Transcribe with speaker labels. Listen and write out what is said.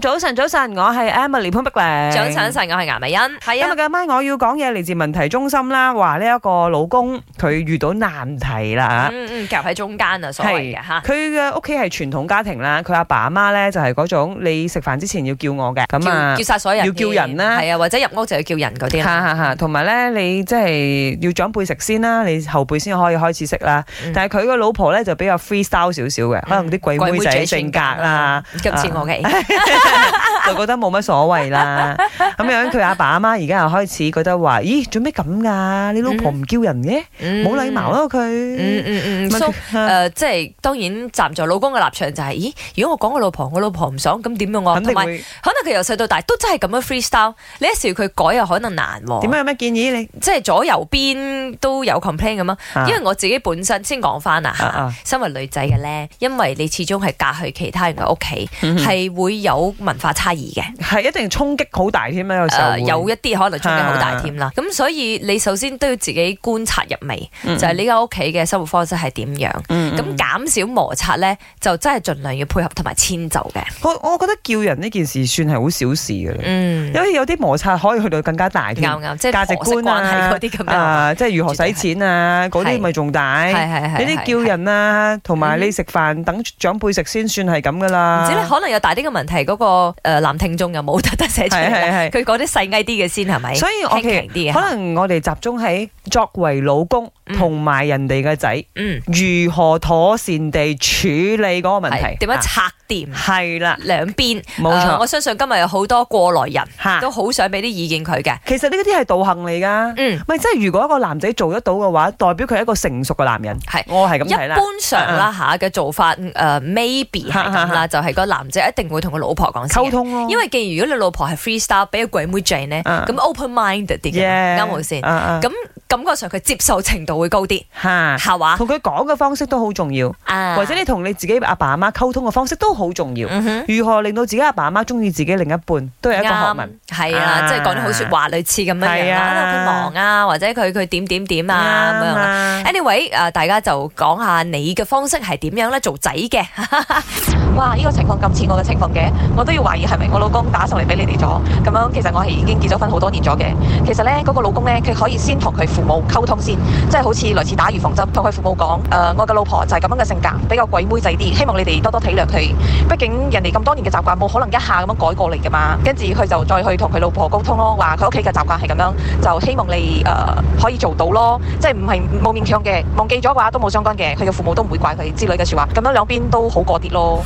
Speaker 1: 早晨，早晨，我係 Emily 潘碧玲。
Speaker 2: 早晨，晨，我係顏美欣。係
Speaker 1: 今日
Speaker 2: 啊，
Speaker 1: 嘅晚我要講嘢嚟自問題中心啦，話呢一個老公佢遇到難題啦
Speaker 2: 嗯嗯，夾喺中間啊，所謂嘅吓，
Speaker 1: 佢嘅屋企係傳統家庭啦，佢阿爸阿媽咧就係嗰種你食飯之前要叫我嘅，咁啊
Speaker 2: 叫叫。晒所有人
Speaker 1: 要叫人啦
Speaker 2: 係啊，或者入屋就要叫人嗰啲
Speaker 1: 嚇
Speaker 2: 啦。
Speaker 1: 嚇嚇，同埋咧，你即係要長輩食先啦，你後輩先可以開始食啦。
Speaker 2: 嗯
Speaker 1: 但係佢個老婆咧就比較 freestyle 少少嘅，可能啲鬼妹仔性格啦，啊
Speaker 2: 今次我嘅，
Speaker 1: 就覺得冇乜所謂啦。咁樣佢阿爸阿媽而家又開始覺得話：咦，做咩咁㗎？你老婆唔叫人嘅，冇
Speaker 2: 冇
Speaker 1: 禮貌。啊咯
Speaker 2: 嗯
Speaker 1: 佢。
Speaker 2: 嗯嗯，
Speaker 1: 咪
Speaker 2: 所
Speaker 1: 佢
Speaker 2: 以誒，即係當然站在老公嘅立場就係，咦？如果我講我老婆，我老婆唔爽，咁點樣我？
Speaker 1: 肯
Speaker 2: 哦
Speaker 1: 定
Speaker 2: 同埋
Speaker 1: 會
Speaker 2: 可能佢由細到大都真係咁樣 freestyle，你一時佢改又可能難喎。
Speaker 1: 點解有啊咩建議你？
Speaker 2: 即係左右邊都有 complain 咁啊！
Speaker 1: 啊
Speaker 2: 因為我自己本身先講翻啊
Speaker 1: 啊啊
Speaker 2: 嚇，身為女仔嘅咧，因為你始終係嫁去其他人嘅屋企，
Speaker 1: 嗯
Speaker 2: 係會有文化差異嘅。
Speaker 1: 係一定衝擊好大添啦，啊有時候
Speaker 2: 誒
Speaker 1: 會
Speaker 2: 啊
Speaker 1: 啊
Speaker 2: 有一啲可能衝擊好大添啦，咁所以你首先都要自己觀察入微，就係你間屋企嘅生活方式係點樣，
Speaker 1: 嗯嗯嗯
Speaker 2: 咁減少摩擦咧，就真係盡量要配合同埋遷就嘅。
Speaker 1: 我我覺得叫人呢件事算係好小事嘅啦，
Speaker 2: 嗯，
Speaker 1: 因為有啲摩擦可以去到更加大添。
Speaker 2: 啱啱即係
Speaker 1: 價值
Speaker 2: 婆媳
Speaker 1: 觀
Speaker 2: 關係
Speaker 1: 啊
Speaker 2: 嗰啲咁樣，
Speaker 1: 啊，即係如何使錢啊，嗰啲咪仲大。
Speaker 2: 係
Speaker 1: 呢
Speaker 2: 係係
Speaker 1: 啲
Speaker 2: 係
Speaker 1: 叫
Speaker 2: 係
Speaker 1: 人啊，同埋
Speaker 2: 嗯
Speaker 1: 你食飯等長輩食先算係咁噶
Speaker 2: 唔
Speaker 1: 啦。
Speaker 2: 知咧，可能有大啲嘅問題，嗰、個呃男聽眾又冇特登寫出嚟
Speaker 1: 係係
Speaker 2: 啦
Speaker 1: 係。
Speaker 2: 佢嗰啲細埃啲嘅先係咪？
Speaker 1: 所以我
Speaker 2: 輕
Speaker 1: 其
Speaker 2: 輕啲嘅啊
Speaker 1: 可能我哋集中喺作為老公
Speaker 2: 嗯
Speaker 1: 同埋人哋嘅仔，
Speaker 2: 嗯
Speaker 1: 如何妥善地處理嗰個問題
Speaker 2: 係，點樣
Speaker 1: 啊？
Speaker 2: 拆掂
Speaker 1: 係啦，
Speaker 2: 兩邊？
Speaker 1: 冇
Speaker 2: 呃我
Speaker 1: 錯
Speaker 2: 相信今日有好多過來人
Speaker 1: 嚇
Speaker 2: 都好想俾啲意見佢嘅。
Speaker 1: 其實呢啲係道行嚟㗎。
Speaker 2: 嗯，
Speaker 1: 咪即係如果一個男仔做得到嘅話，代表佢係一個成熟嘅男人。
Speaker 2: 係
Speaker 1: 我係咁
Speaker 2: 一
Speaker 1: 睇啦啊
Speaker 2: 般。上啦嚇嘅做法，誒、m a y b e 係咁啦，就係個男仔一定會同個老婆講先
Speaker 1: 溝
Speaker 2: 嘅。
Speaker 1: 通咯，
Speaker 2: 啊因為既然如果你老婆係 freestyle，俾個鬼妹 Jane 咧，
Speaker 1: 啊
Speaker 2: 咁 open minded 啲嘅嘛，啱冇先？
Speaker 1: 咁
Speaker 2: 咁感覺上佢接受程度會高啲，
Speaker 1: 啊嚇
Speaker 2: 係嘛？
Speaker 1: 同佢講嘅方式都好重要，
Speaker 2: 啊
Speaker 1: 啊或者你同你自己阿爸阿媽溝通嘅方式都好重要。
Speaker 2: 嗯哼。
Speaker 1: 如何令到自己阿爸阿媽中意自己另一半，都 係一個學問
Speaker 2: 啱。，係
Speaker 1: 啊
Speaker 2: 啊，即係講啲好説話，類似咁樣樣
Speaker 1: 係啊
Speaker 2: 啦。可能佢忙啊，或者佢佢點點點啊咁樣啦。
Speaker 1: 啱啊
Speaker 2: anyway，誒大家就講下你嘅方式係點樣咧？做仔嘅，
Speaker 3: 哇！呢、個情況咁似我嘅情況嘅，我都要懷疑係咪我老公打上嚟俾你哋咗？咁樣其實我係已經結咗婚好多年咗嘅。其實呢，嗰、個老公呢，佢可以先同佢父母溝通先，即係好似類似打預防針，同佢父母講：誒、呃我嘅老婆就係咁樣嘅性格，比較鬼妹仔啲，希望你哋多多體諒佢。畢竟人哋咁多年嘅習慣，冇可能一下咁樣改過嚟噶嘛。跟住佢就再去同佢老婆溝通咯，話佢屋企嘅習慣係咁樣，就希望你誒、呃可以做到咯，即係唔係冇勉強嘅，忘記咗嘅話都冇相干嘅，佢嘅父母都唔會怪佢之類嘅説話。咁樣兩邊都好過啲咯。